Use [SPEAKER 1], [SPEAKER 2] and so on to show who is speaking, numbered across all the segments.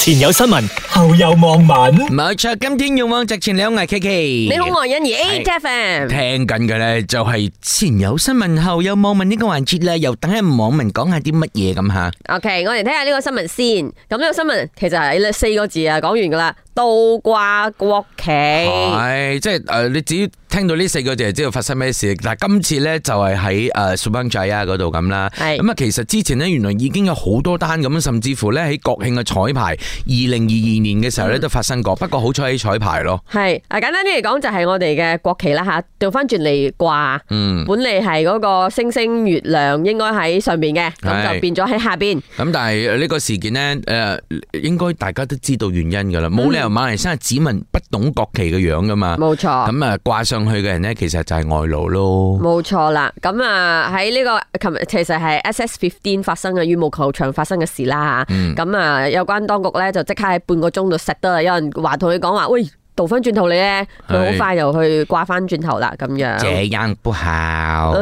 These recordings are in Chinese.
[SPEAKER 1] 前有新聞，後有網民。
[SPEAKER 2] 冇錯，今天勇往直前，你好，我係 K K。
[SPEAKER 3] 你好，我係欣怡 A F M。
[SPEAKER 2] 聽緊嘅咧就係前有新聞，後有網民呢個環節啦，又等下網民講下啲乜嘢咁吓。
[SPEAKER 3] OK，我哋睇下呢個新聞先。咁呢個新聞其實係四個字啊，講完噶啦，倒掛國旗。
[SPEAKER 2] 係，即係誒，你只要聽到呢四個字就知道發生咩事。但係今次咧就係喺誒 Subang Jaya 嗰度咁啦。
[SPEAKER 3] 係
[SPEAKER 2] 咁啊，其實之前咧原來已經有好多單咁，甚至乎咧喺國慶嘅彩排，二零二二年嘅時候咧
[SPEAKER 3] 嗯
[SPEAKER 2] 都發生過。不過好彩喺彩排咯。
[SPEAKER 3] 係啊，簡單啲嚟講就係我哋嘅國旗啦吓，調翻轉嚟掛。
[SPEAKER 2] 嗯。
[SPEAKER 3] 本嚟係嗰個星星月亮應該喺上面嘅，咁
[SPEAKER 2] 係
[SPEAKER 3] 就變咗喺下邊。
[SPEAKER 2] 咁但係呢個事件呢，誒、應該大家都知道原因㗎啦，冇理由馬來西亞子民不懂國旗嘅樣㗎嘛。
[SPEAKER 3] 冇錯，
[SPEAKER 2] 咁啊掛上去嘅人呢，其實就係外勞咯。
[SPEAKER 3] 冇錯啦。咁啊喺呢個琴日其實係 S S fifteen 發生嘅羽毛球場發生嘅事啦吓。
[SPEAKER 2] 嗯，
[SPEAKER 3] 咁啊，有關當局咧就即刻喺半個鐘度 set 得啦。有人話同佢講話，喂，倒翻轉頭你咧，佢
[SPEAKER 2] 係
[SPEAKER 3] 好快就去掛翻轉頭啦，咁
[SPEAKER 2] 這
[SPEAKER 3] 樣。
[SPEAKER 2] 樣不 好。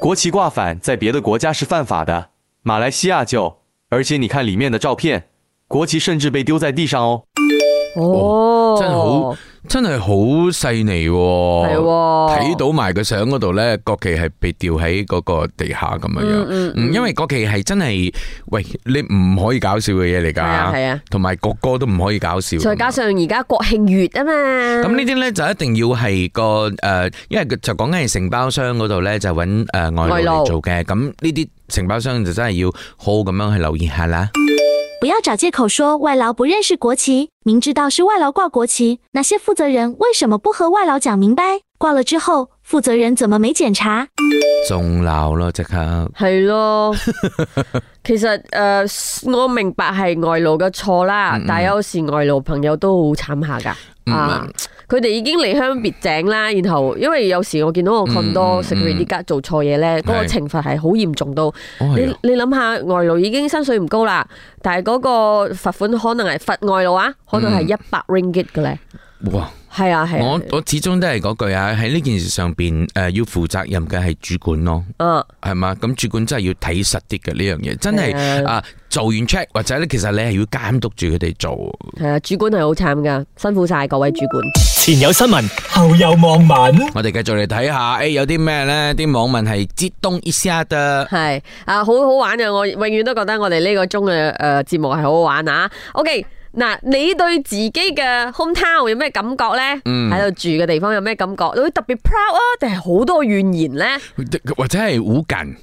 [SPEAKER 4] 国旗挂反在别的国家是犯法的，马来西亚就。而且你看里面的照片，国旗甚至被丢在地上哦。
[SPEAKER 3] 哦，
[SPEAKER 2] 真係好真係好細膩
[SPEAKER 3] 係
[SPEAKER 2] 喎。
[SPEAKER 3] 喎，
[SPEAKER 2] 睇到埋個相嗰度呢，國旗係被掉喺嗰個地下咁樣樣。
[SPEAKER 3] 嗯
[SPEAKER 2] 嗯因為國旗係真係，喂，你唔可以搞笑嘅嘢嚟
[SPEAKER 3] 係啊
[SPEAKER 2] 㗎，
[SPEAKER 3] 係啊，
[SPEAKER 2] 同埋國歌都唔可以搞笑㗎嘛。
[SPEAKER 3] 再加上而家國慶月啊嘛，
[SPEAKER 2] 咁呢啲咧就一定要係個誒、呃因為佢就講緊係承包商嗰度咧就揾誒、呃外勞
[SPEAKER 3] 外
[SPEAKER 2] 嚟
[SPEAKER 3] 勞
[SPEAKER 2] 做嘅，咁呢啲承包商就真係要好好咁樣去留意下啦。
[SPEAKER 5] 不要找借口说外劳不认识国旗，明知道是外劳挂国旗，那些负责人为什么不和外劳讲明白？挂了之后，负责人怎么没检查？
[SPEAKER 2] 仲鬧咯，即刻
[SPEAKER 3] 係咯。 其實誒，我明白係外勞嘅錯啦
[SPEAKER 2] 嗯嗯，
[SPEAKER 3] 但係有時外勞朋友都好慘下㗎。
[SPEAKER 2] 嗯
[SPEAKER 3] 啊！佢哋已經離鄉別井啦，然後因為有時我見到我咁
[SPEAKER 2] 嗯嗯
[SPEAKER 3] 多 security 做錯嘢咧，嗰個
[SPEAKER 2] 係
[SPEAKER 3] 懲罰係好嚴重到
[SPEAKER 2] 哦
[SPEAKER 3] 你
[SPEAKER 2] 係啊
[SPEAKER 3] 你諗下，外勞已經薪水唔高啦，但係嗰個罰款可能係罰外勞啊，可能係
[SPEAKER 2] 嗯
[SPEAKER 3] 一百 ringgit 嘅咧，
[SPEAKER 2] 哇！
[SPEAKER 3] 係啊係
[SPEAKER 2] 我我始終都係嗰句啊，喺呢件事上邊誒、呃要負責任嘅係主管咯，
[SPEAKER 3] 啊，
[SPEAKER 2] 係嘛？咁主管真係要睇實啲嘅呢樣嘢，真係
[SPEAKER 3] 係啊
[SPEAKER 2] 啊做完 check 或者咧，其實你係要監督住佢哋做。
[SPEAKER 3] 嗯係啊，主管係好慘噶，辛苦晒各位主管。
[SPEAKER 1] 前有新聞，後有網民。
[SPEAKER 2] 我哋繼續嚟睇下，誒、有啲咩咧？啲網民係激動一下的。
[SPEAKER 3] 系啊，好好玩嘅，我永遠都覺得我哋呢個鐘嘅诶节目係好好玩啊。OK，嗱，你對自己嘅 hometown 有咩感覺咧？
[SPEAKER 2] 嗯
[SPEAKER 3] 喺度住嘅地方有咩感覺？你會特別 proud 啊，定係好多怨言咧？
[SPEAKER 2] 或者係好近，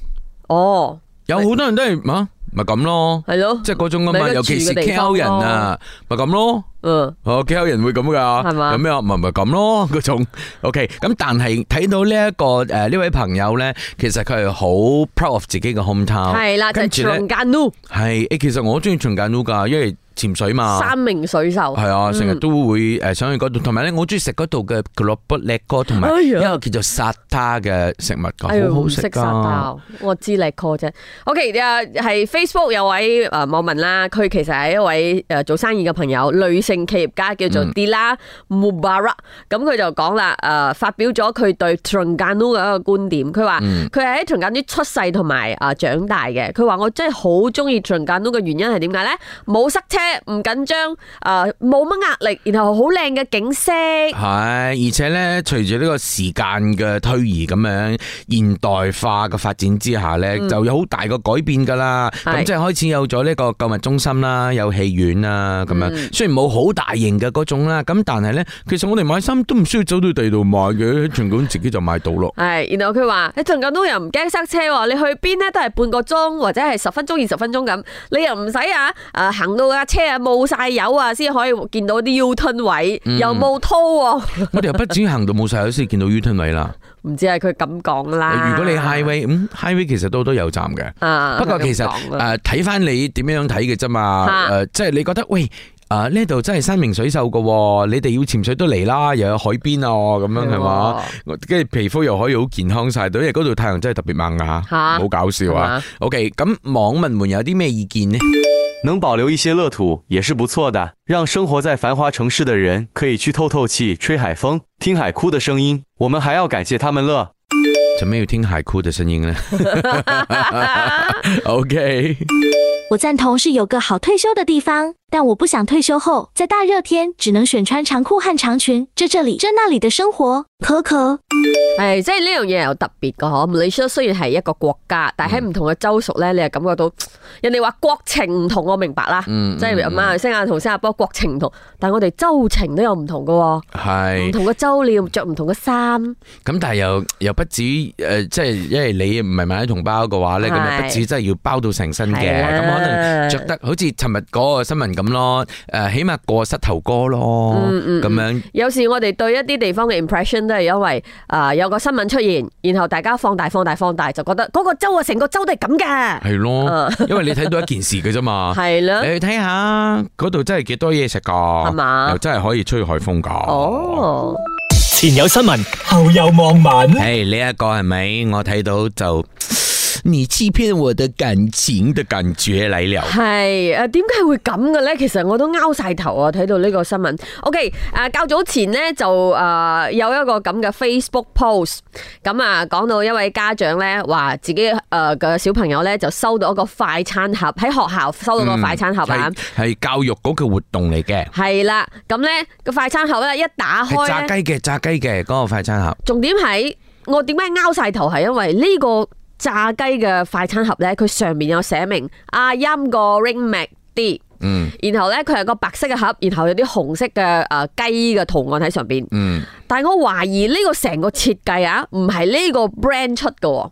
[SPEAKER 3] 哦，
[SPEAKER 2] 有好多人都係啊，咪咁咯，
[SPEAKER 3] 係咯，
[SPEAKER 2] 即係嗰種咁啊嘛，
[SPEAKER 3] 咪一個
[SPEAKER 2] 尤其是
[SPEAKER 3] 住嘅地方
[SPEAKER 2] KL
[SPEAKER 3] 咯
[SPEAKER 2] 人啊，咪咁咯。
[SPEAKER 3] 嗯，
[SPEAKER 2] 哦，KL 人會咁噶，
[SPEAKER 3] 係
[SPEAKER 2] 咁
[SPEAKER 3] 嘛
[SPEAKER 2] 樣咪咪咁咯 嗰種。OK，咁但係睇到呢一個誒呢位朋友咧，其實佢係好 proud of 自己嘅 hometown。
[SPEAKER 3] 係啦，就
[SPEAKER 2] 跟
[SPEAKER 3] 係
[SPEAKER 2] 住咧
[SPEAKER 3] 長間 n
[SPEAKER 2] 係誒，其實我好中意長間屋㗎，因為潛水嘛。
[SPEAKER 3] 三嗯名水手，
[SPEAKER 2] 係啊，成日都會誒想去嗰度，同埋咧我好中意食嗰度嘅蘿卜叻哥，同埋
[SPEAKER 3] 哎
[SPEAKER 2] 一
[SPEAKER 3] 呀
[SPEAKER 2] 個叫做沙他嘅食物
[SPEAKER 3] 哎
[SPEAKER 2] 㗎，
[SPEAKER 3] 呦
[SPEAKER 2] 好好
[SPEAKER 3] 唔
[SPEAKER 2] 食啊
[SPEAKER 3] 識撒
[SPEAKER 2] 㗎。
[SPEAKER 3] 包，我知叻 call 啫。OK，啊係 Facebook 有位誒網民啦，佢其實係一位誒做生意嘅朋友，女性企業家叫做 Dila Mubarak，咁佢就講啦誒，發表咗佢對 Terengganu 嘅一個觀點，佢話佢係喺 Terengganu 出世同埋誒長大嘅，佢話我真係好中意 Terengganu 嘅原因係點解咧？冇塞車，唔緊張，誒冇乜壓力，然後好靚嘅景色，
[SPEAKER 2] 係，而且咧，隨住呢個時間嘅推移咁樣現代化嘅發展之下咧，就有好大嘅改變噶啦。咁
[SPEAKER 3] 係
[SPEAKER 2] 即係開始有咗呢個購物中心啦，有戲院啦，咁樣。雖然冇好大型嘅嗰種啦，咁但係咧，其實我哋買衫都唔需要走到地度買嘅，喺全港自己就買到 咯。
[SPEAKER 3] 系，然後佢話：你陣間都又唔驚塞車喎，你去邊咧都係半個鐘或者係十分鐘、二十分鐘咁，你又唔使啊誒行到架車啊冇晒油啊，先可以見到啲 U turn 位，
[SPEAKER 2] 嗯
[SPEAKER 3] 又冇拖喎。
[SPEAKER 2] 我哋又不至於行到冇晒油先見到 U turn 位啦。
[SPEAKER 3] 唔知係啊佢咁講啦。
[SPEAKER 2] 如果你 highway，咁 highway 其實都好多油站嘅。
[SPEAKER 3] 啊，
[SPEAKER 2] 不過其實
[SPEAKER 3] 佢咁講啦
[SPEAKER 2] 誒睇翻你點樣睇嘅啫嘛，誒、
[SPEAKER 3] 嚇
[SPEAKER 2] 即係你覺得喂。啊！呢度真係山明水秀嘅喎，你哋要潛水都嚟啦，又有海邊啊，咁樣係嘛？我跟住皮膚又可以好健康晒到，因為嗰度太陽真係特別猛啊，唔
[SPEAKER 3] 嚇
[SPEAKER 2] 好搞笑啊
[SPEAKER 3] 係嘛
[SPEAKER 2] ！OK，咁網民們有啲咩意見呢？
[SPEAKER 4] 能保留一些乐土也是不错的，让生活在繁华城市的人可以去透透气、吹海风、听海哭的声音。我们还要感谢他们了。
[SPEAKER 2] 做咩要聽海哭嘅聲音呢 ？OK，
[SPEAKER 5] 我赞同是有个好退休的地方，但我不想退休后在大热天只能选穿长裤和长裙，这这里这那里的生活。可可，
[SPEAKER 3] 係即係呢樣嘢又特別噶嗬。Malaysia 雖然係一個國家，但係喺唔同嘅州屬咧，你係感覺到人哋話國情唔同，我明白啦。
[SPEAKER 2] 嗯，
[SPEAKER 3] 即係啊馬來西亞同新加坡國情唔同，但係我哋州情都有唔同噶喎。
[SPEAKER 2] 系
[SPEAKER 3] 唔。同嘅州你要着唔同嘅衫，
[SPEAKER 2] 咁但係又又不止诶、呃即係因為你唔係買咗同胞嘅話咧，咁
[SPEAKER 3] 係
[SPEAKER 2] 又不止真係要包到成身嘅，
[SPEAKER 3] 係啦
[SPEAKER 2] 咁可能着得好似尋日嗰個新聞咁咯，诶、起碼過膝頭哥咯，咁、
[SPEAKER 3] 嗯嗯嗯
[SPEAKER 2] 樣
[SPEAKER 3] 有時我哋對一啲地方嘅 impression 都係因為啊、有個新聞出現，然後大家放大放大放大，就覺得嗰個州啊，成個州都係咁嘅，
[SPEAKER 2] 係啊咯，因為你睇到一件事嘅啫嘛，
[SPEAKER 3] 係啦。
[SPEAKER 2] 你去睇下嗰度真係幾多嘢食噶，
[SPEAKER 3] 嘛
[SPEAKER 2] 又真係可以吹海風噶。
[SPEAKER 3] 哦，
[SPEAKER 1] 前有新聞，後有望文。
[SPEAKER 2] 诶，呢一個係咪我睇到就你欺騙我的感情的感覺嚟了？
[SPEAKER 3] 係誒點解會咁嘅咧？其實我都拗晒頭啊！睇到呢個新聞。OK，誒、較早前咧就誒、呃有一個咁嘅 Facebook post，咁啊講到一位家長咧話自己誒嘅、小朋友咧就收到一個快餐盒喺學校收
[SPEAKER 2] 嗯
[SPEAKER 3] 到個快餐盒啊。
[SPEAKER 2] 係係教育局嘅活動嚟嘅。
[SPEAKER 3] 系啦，咁咧個快餐盒咧一打
[SPEAKER 2] 係炸
[SPEAKER 3] 開
[SPEAKER 2] 雞
[SPEAKER 3] 咧，
[SPEAKER 2] 嘅，炸雞嘅嗰個快餐盒，
[SPEAKER 3] 重點係我點解拗晒頭係因為呢個炸雞嘅快餐盒咧，佢上面有寫明阿音個 ring mac D，
[SPEAKER 2] 嗯
[SPEAKER 3] 然後咧佢係個白色嘅盒，然後有啲紅色嘅诶雞嘅圖案喺上边。
[SPEAKER 2] 嗯，
[SPEAKER 3] 但系我懷疑呢個成個設計啊，唔係呢個 brand 出嘅喎，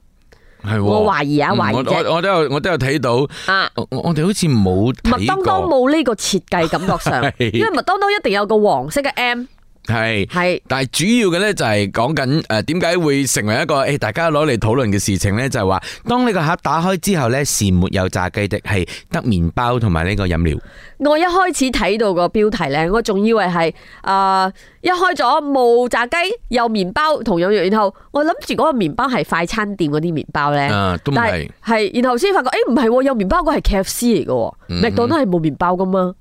[SPEAKER 2] 系、喎。
[SPEAKER 3] 我懷疑啊，
[SPEAKER 2] 嗯
[SPEAKER 3] 懷疑
[SPEAKER 2] 我
[SPEAKER 3] 啫
[SPEAKER 2] 我我都有我都有睇到，我
[SPEAKER 3] 啊。
[SPEAKER 2] 我我哋好似冇
[SPEAKER 3] 麥
[SPEAKER 2] 睇
[SPEAKER 3] 當當
[SPEAKER 2] 過，
[SPEAKER 3] 冇呢個設計，感覺上，
[SPEAKER 2] 係
[SPEAKER 3] 因為麥當當一定有個黃色嘅 M，
[SPEAKER 2] 係。
[SPEAKER 3] 係
[SPEAKER 2] 但係主要嘅咧就係講緊诶點解會成為一個诶、誒大家攞嚟討論嘅事情咧，就係話當呢個盒打開之後咧，是沒有炸雞的，係得麵包同埋呢個飲料。
[SPEAKER 3] 我一開始睇到個標題咧，我仲以為係誒、呃一開咗冇炸雞，有麵包同樣樣，然後我諗住嗰個麵包係快餐店嗰啲麵包咧，
[SPEAKER 2] 啊都唔
[SPEAKER 3] 但
[SPEAKER 2] 係
[SPEAKER 3] 係係，然後先發覺，誒唔係喎，有麵包嗰係 K F C 嚟嘅喎，
[SPEAKER 2] 嗯
[SPEAKER 3] 麥當當係冇麵包噶嘛，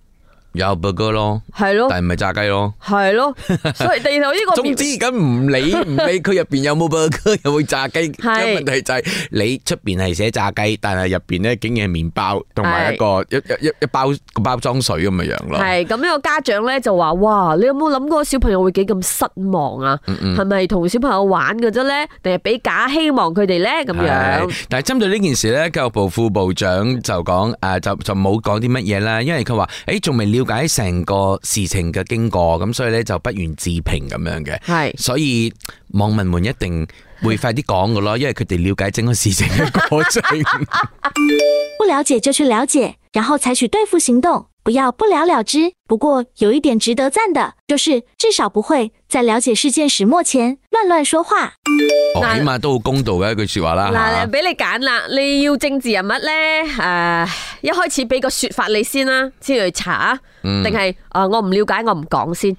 [SPEAKER 2] 有 burger 咯，
[SPEAKER 3] 係咯
[SPEAKER 2] 但，係唔係炸雞咯。
[SPEAKER 3] 係 咯，所以然後呢個
[SPEAKER 2] 總之
[SPEAKER 3] 麵
[SPEAKER 2] 而家唔理 唔理佢入邊有冇 burger 有冇炸雞，
[SPEAKER 3] 係
[SPEAKER 2] 問題就係你出邊係寫炸雞，但係入邊咧竟然係麵包同埋一個一一一一包個包裝水咁嘅樣咯。
[SPEAKER 3] 係咁，呢個家長咧就話：，哇，你有冇諗過小朋友會幾咁失望啊？係咪同小朋友玩嘅啫咧？定係俾假希望佢哋咧？咁樣
[SPEAKER 2] 係但係針對呢件事咧，教育部副部長就講誒、啊就就冇講啲乜嘢啦，因為佢話誒仲未了解成個事情嘅經過，咁所以咧就不願置評咁樣嘅。
[SPEAKER 3] 係。
[SPEAKER 2] 所以網民們一定會快啲講嘅咯，因為佢哋了解整個事情嘅過程。
[SPEAKER 5] 不了解就去了解，然后采取对付行动，不要不了了之。不过有一点值得赞的，就是至少不会在了解事件始末前乱乱说话。
[SPEAKER 2] 哦
[SPEAKER 3] 嗱
[SPEAKER 2] 起碼都好公道嘅一句説話啦
[SPEAKER 3] 嗱，
[SPEAKER 2] 嚇
[SPEAKER 3] 你俾你揀啦，你要政治人物咧，誒、一開始俾個説法你先啦，先去查啊，定係誒我唔了解，我唔講先。
[SPEAKER 2] 嗯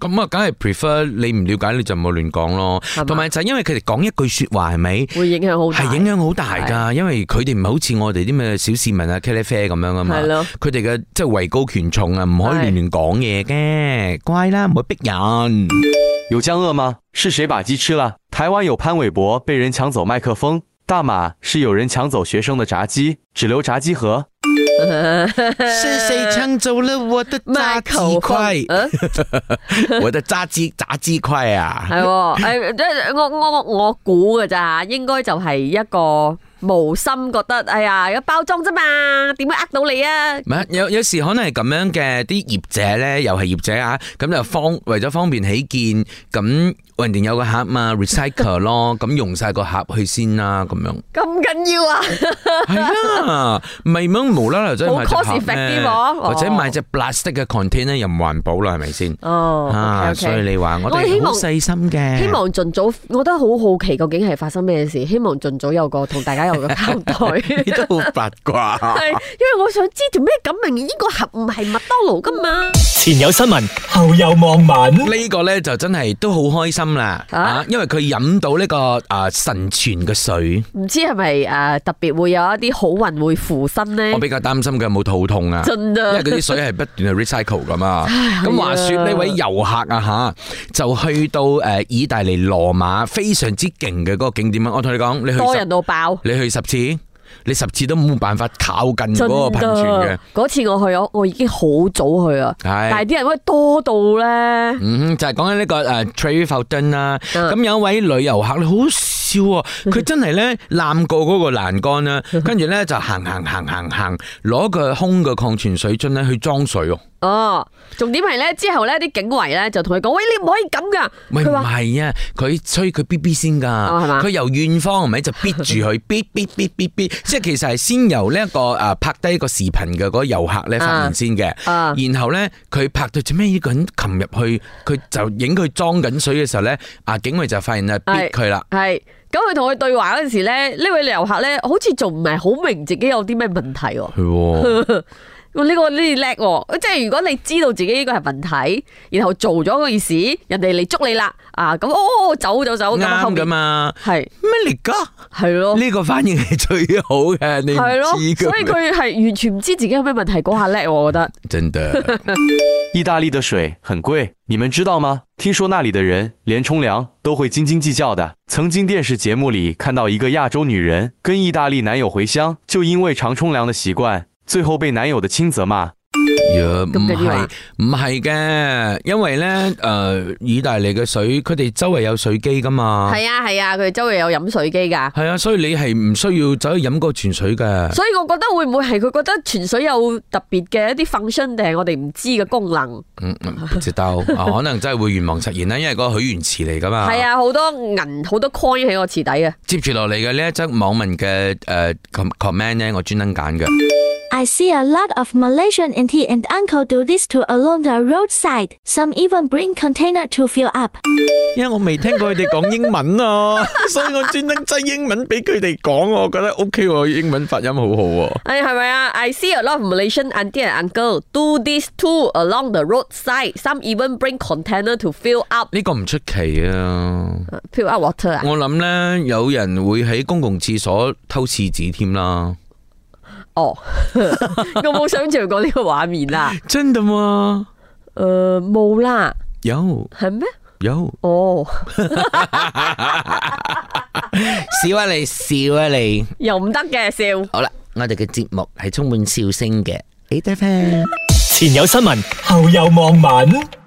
[SPEAKER 2] 咁啊，梗係 prefer 你唔了解你就唔好亂講咯
[SPEAKER 3] 嘛，
[SPEAKER 2] 同埋就係因為佢哋講一句説話係咪？
[SPEAKER 3] 會影響好大，
[SPEAKER 2] 係影響好大㗎，因為佢哋唔係好似我哋啲咩小市民啊、茄喱啡咁樣啊嘛。
[SPEAKER 3] 係咯
[SPEAKER 2] 佢哋嘅即係位高權重啊，唔可
[SPEAKER 3] 係
[SPEAKER 2] 以亂亂講嘢嘅，乖啦，唔好逼 人。
[SPEAKER 4] 有江鳄吗？是谁把鸡吃了？台湾有潘玮柏被人抢走麦克风，大马是有人抢走学生的炸鸡，只留炸鸡盒。
[SPEAKER 2] 是誰 搶走了我的
[SPEAKER 3] 唔係求婚，嗯
[SPEAKER 2] 我的炸雞炸雞塊啊！
[SPEAKER 3] 係喎， 誒即係我我我估㗎咋，應該就係一個無心覺得，哎呀，有包裝啫嘛，點會呃到你啊？
[SPEAKER 2] 唔係有有時可能係咁樣嘅，啲業者咧又係業者啊，咁就方為咗方便起見，咁人哋有個盒嘛，recycle 咯，咁用晒個盒去先啦，咁樣
[SPEAKER 3] 咁緊要啊？
[SPEAKER 2] 係啦，咪咁無啦啦真係買隻
[SPEAKER 3] 好
[SPEAKER 2] 盒
[SPEAKER 3] cost effective
[SPEAKER 2] 咩
[SPEAKER 3] 喎？
[SPEAKER 2] 或者買隻 plastic 嘅 container 又唔環保啦，係咪先？
[SPEAKER 3] 哦
[SPEAKER 2] 啊，
[SPEAKER 3] ，OK，OK
[SPEAKER 2] 所以你話我
[SPEAKER 3] 我希
[SPEAKER 2] 哋
[SPEAKER 3] 望
[SPEAKER 2] 好細心嘅，
[SPEAKER 3] 希 望盡早，我覺得好好奇究竟係發生咩事，希望盡早有個同大家有個交 代。
[SPEAKER 2] 你
[SPEAKER 3] 係，
[SPEAKER 2] 都好八卦。
[SPEAKER 3] 因為我想知條咩咁明呢個盒唔係麥當勞噶嘛？
[SPEAKER 1] 前有新聞，後有望文。
[SPEAKER 2] 呢個呢就真係都好開心啦，
[SPEAKER 3] 啊
[SPEAKER 2] 啊，因為佢飲到呢個啊神泉嘅水。
[SPEAKER 3] 唔知係咪誒特別會有一啲好運會附身咧
[SPEAKER 2] 我？比較擔心佢有冇肚痛啊。
[SPEAKER 3] 真
[SPEAKER 2] 因為
[SPEAKER 3] 啊！
[SPEAKER 2] 嗰啲水係不斷係 recycle 噶嘛，咁話說呢位遊客啊吓，就去到诶意大利羅馬非常之勁嘅嗰個景點啊！我同你講，你去
[SPEAKER 3] 多
[SPEAKER 2] 十
[SPEAKER 3] 人到爆，
[SPEAKER 2] 你去十次，你十次都冇辦法靠近
[SPEAKER 3] 真
[SPEAKER 2] 嗰個噴泉嘅
[SPEAKER 3] 㗎。嗰次我去，我我已經好早去啊，
[SPEAKER 2] 係
[SPEAKER 3] 但係啲人喂多到咧，
[SPEAKER 2] 嗯哼，就係講緊呢個呃诶 Trey f o u t o n 啦，
[SPEAKER 3] 嗯
[SPEAKER 2] 啊咁有一位旅遊客咧好笑 喎，佢真係咧攬過嗰個欄杆啦，跟住咧就行行行行行，攞個空嘅礦泉水樽咧去裝水喎。
[SPEAKER 3] 哦，重點係咧之後咧啲警衛咧就同佢講，喂你唔可以咁噶，
[SPEAKER 2] 喂，唔
[SPEAKER 3] 佢話哦
[SPEAKER 2] 係啊，佢所以佢必必先㗎，
[SPEAKER 3] 係嘛
[SPEAKER 2] 佢由遠方係咪就逼住 佢，逼逼逼逼逼，即係其實係先由呢一個誒拍低個視頻嘅嗰個遊客咧發現先嘅，
[SPEAKER 3] 啊
[SPEAKER 2] 然後咧佢拍到最尾一個人擒入去，佢就影佢裝緊水嘅時候咧，啊警衛就發現啊逼
[SPEAKER 3] 係
[SPEAKER 2] 佢啦，
[SPEAKER 3] 係。咁佢同佢對話嗰陣時咧，呢位遊客咧，好似仲唔係好明自己有啲咩問題喎。
[SPEAKER 2] 係喎，
[SPEAKER 3] 哇！呢、個呢啲叻喎，即係如果你知道自己呢個係問題，然後做咗嗰件事，人哋嚟捉你啦，啊咁哦哦走走走咁後
[SPEAKER 2] 啱噶
[SPEAKER 3] 面
[SPEAKER 2] 嘛，
[SPEAKER 3] 係
[SPEAKER 2] 咩嚟㗎？
[SPEAKER 3] 係咯
[SPEAKER 2] 呢個反應係最好嘅，你
[SPEAKER 3] 係咯，
[SPEAKER 2] 唔知㗎
[SPEAKER 3] 所以佢係完全唔知自己有咩問題嗰下叻喎，我覺得
[SPEAKER 2] 真的
[SPEAKER 4] 意大利的水很贵，你们知道吗？听说那里的人连冲凉都会斤斤计较的。曾经电视节目里看到一个亚洲女人跟意大利男友回乡，就因为常冲凉的习惯，最后被男友的亲责骂。
[SPEAKER 2] 呀，唔
[SPEAKER 3] 咁緊要
[SPEAKER 2] 係
[SPEAKER 3] 啊
[SPEAKER 2] 唔係嘅，因為咧诶、誒意大利嘅水，佢哋周圍有水機噶嘛。
[SPEAKER 3] 係啊係啊，佢哋周圍有飲水機㗎，
[SPEAKER 2] 系啊，所以你係唔需要走去飲嗰個泉水嘅。
[SPEAKER 3] 所以我覺得會唔會係佢覺得泉水有特別嘅一啲 function 定係我哋唔知嘅功能？
[SPEAKER 2] 嗯，嗯不知 道啊，可能真係會願望實現啦，因為嗰個許願池嚟噶嘛。
[SPEAKER 3] 係啊，好多銀好多 coin 喺我池底啊嘅，
[SPEAKER 2] 接住落嚟嘅呢一則網民嘅诶 comment 咧，我專登揀嘅。
[SPEAKER 5] I see a lot of Malaysian auntie and uncle do this too along the roadside. Some even bring container to fill up.
[SPEAKER 2] 因為我未聽過佢哋講英文啊， 所以我專登擠英文俾佢哋講，我覺得 O K 喎，英文發音好好喎。
[SPEAKER 3] 哎係咪啊？I see a lot of Malaysian auntie and uncle do this too along the roadside. Some even bring container to fill up
[SPEAKER 2] 呢個唔出奇啊！
[SPEAKER 3] fill up water 啊。
[SPEAKER 2] 我諗呢，有人會喺公共廁所偷廁紙添啦。
[SPEAKER 3] 哦， 我冇想象過呢個畫面啦。
[SPEAKER 2] 真的嗎？
[SPEAKER 3] 诶、冇啦，
[SPEAKER 2] 有
[SPEAKER 3] 係咩？
[SPEAKER 2] 有。
[SPEAKER 3] 哦，
[SPEAKER 2] 笑啊你，笑啊你。
[SPEAKER 3] 又唔得嘅笑。
[SPEAKER 2] 好啦，我哋嘅节目系充满笑声嘅。A F M。
[SPEAKER 1] 前有新聞，後有網民。